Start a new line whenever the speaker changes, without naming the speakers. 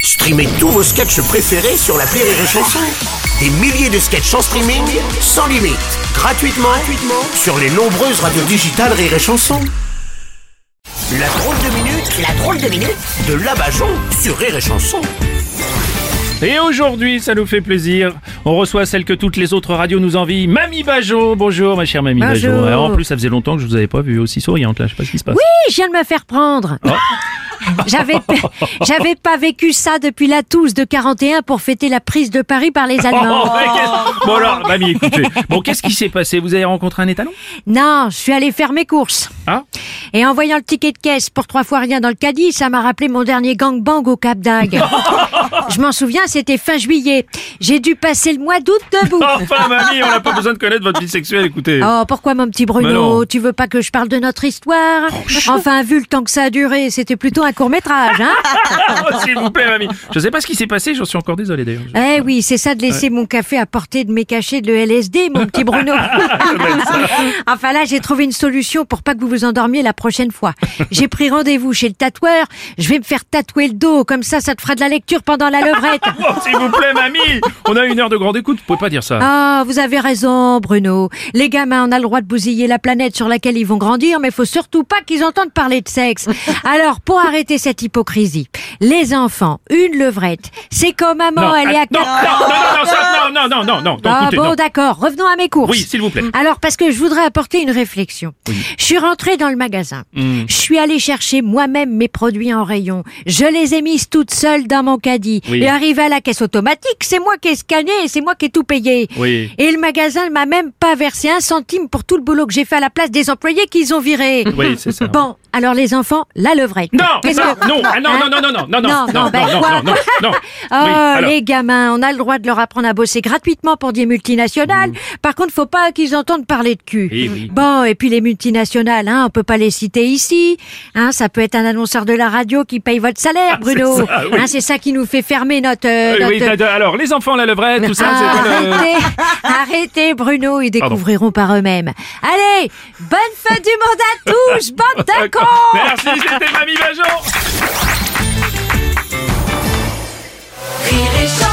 Streamez tous vos sketchs préférés sur la Rire et Chanson. Des milliers de sketchs en streaming, sans limite, gratuitement, gratuitement sur les nombreuses radios digitales Rire et Chanson. La drôle de minute, la drôle de minute de Labajon sur Rire et Chanson.
Et aujourd'hui, ça nous fait plaisir. On reçoit celle que toutes les autres radios nous envient, Mamie Bajot. Bonjour, ma chère Mamie
Bonjour.
Bajot. Alors, en plus, ça faisait longtemps que je vous avais pas vue aussi souriante là. Je sais pas ce qui se passe.
Oui, je viens de me faire prendre.
Oh.
J'avais, j'avais pas vécu ça depuis la Tousse de 41 pour fêter la prise de Paris par les
Oh,
Allemands.
mais qu'est-ce- Bon alors, Mamie, écoutez. Bon, qu'est-ce qui s'est passé Vous avez rencontré un étalon
Non, je suis allée faire mes courses.
Ah
Et en voyant le ticket de caisse pour trois fois rien dans le caddie, ça m'a rappelé mon dernier gangbang au Cap d'Agde. je m'en souviens, c'était fin juillet. J'ai dû passer le mois d'août debout.
Enfin, Mamie, on n'a pas besoin de connaître votre vie sexuelle. Écoutez.
Oh, pourquoi mon petit
Mais non.
Bruno Tu veux pas que je parle de notre histoire Enfin, vu le temps que ça a duré, c'était plutôt un court-métrage, hein
Oh, S'il vous plaît, Mamie. Je sais pas ce qui s'est passé. J'en suis encore désolé d'ailleurs. Je-
Eh oui, c'est ça de laisser mon café à portée de mes cachets de LSD, mon petit Bruno. enfin là, j'ai trouvé une solution pour pas que vous vous endormiez la prochaine fois. J'ai pris rendez-vous chez le tatoueur. Je vais me faire tatouer le dos, comme ça, ça te fera de la lecture pendant la levrette.
Oh, S'il vous plaît, Mamie. On a une heure de grande écoute. Vous pouvez pas dire ça.
Ah, vous avez raison, Bruno. Les gamins, on a le droit de bousiller la planète sur laquelle ils vont grandir, mais faut surtout pas qu'ils entendent parler de sexe. Alors, pour arrêter cette hypocrisie, les enfants, une levrette, c'est comme maman,
non,
Ah,
ah,
elle est à
non, non,
quatre-
non, non, ça- non, non, non, non, non, non,
Ah
écoutez,
bon,
non.
d'accord. Revenons à mes courses.
Oui, s'il vous plaît.
Alors, parce que je voudrais apporter une réflexion. Je suis rentrée dans le magasin.
Hum.
Je suis allée chercher moi-même mes produits en rayon. Je les ai mises toutes seules dans mon caddie.
Oui.
Et arrivé à la caisse automatique, c'est moi qui ai scanné et c'est moi qui ai tout payé.
Oui.
Et le magasin ne m'a même pas versé un centime pour tout le boulot que j'ai fait à la place des employés qu'ils ont virés.
Oui, c'est ça.
Bon, alors les enfants, la levrette.
Non,
Qu'est-ce
non,
que-
non, ah, non, non,
Hein
non, non, non, non, non,
Non,
non,
non, ben
non,
quoi
non, non, non.
Oh,
Oui, alors.
les gamins, on a le droit de leur apprendre à bosser gratuitement pour des multinationales. Par contre, faut pas qu'ils entendent parler de cul.
Eh Mmh. oui.
Bon, et puis les multinationales, hein, on peut pas les citer ici. Hein, ça peut être un annonceur de la radio qui paye votre salaire, Bruno.
Ah, c'est ça, oui.
Hein, c'est ça qui nous fait fermer notre. euh,
Euh, oui,
notre-
t'as- alors, les enfants, la levrette, tout ça,
Ah,
c'est pas le...
Arrêtez, arrêtez, Bruno, ils
Pardon.
découvriront par eux-mêmes. Allez, bonne fête du monde à tous, bande de cons
Merci, c'était Mamie Bajon
Rire et chanson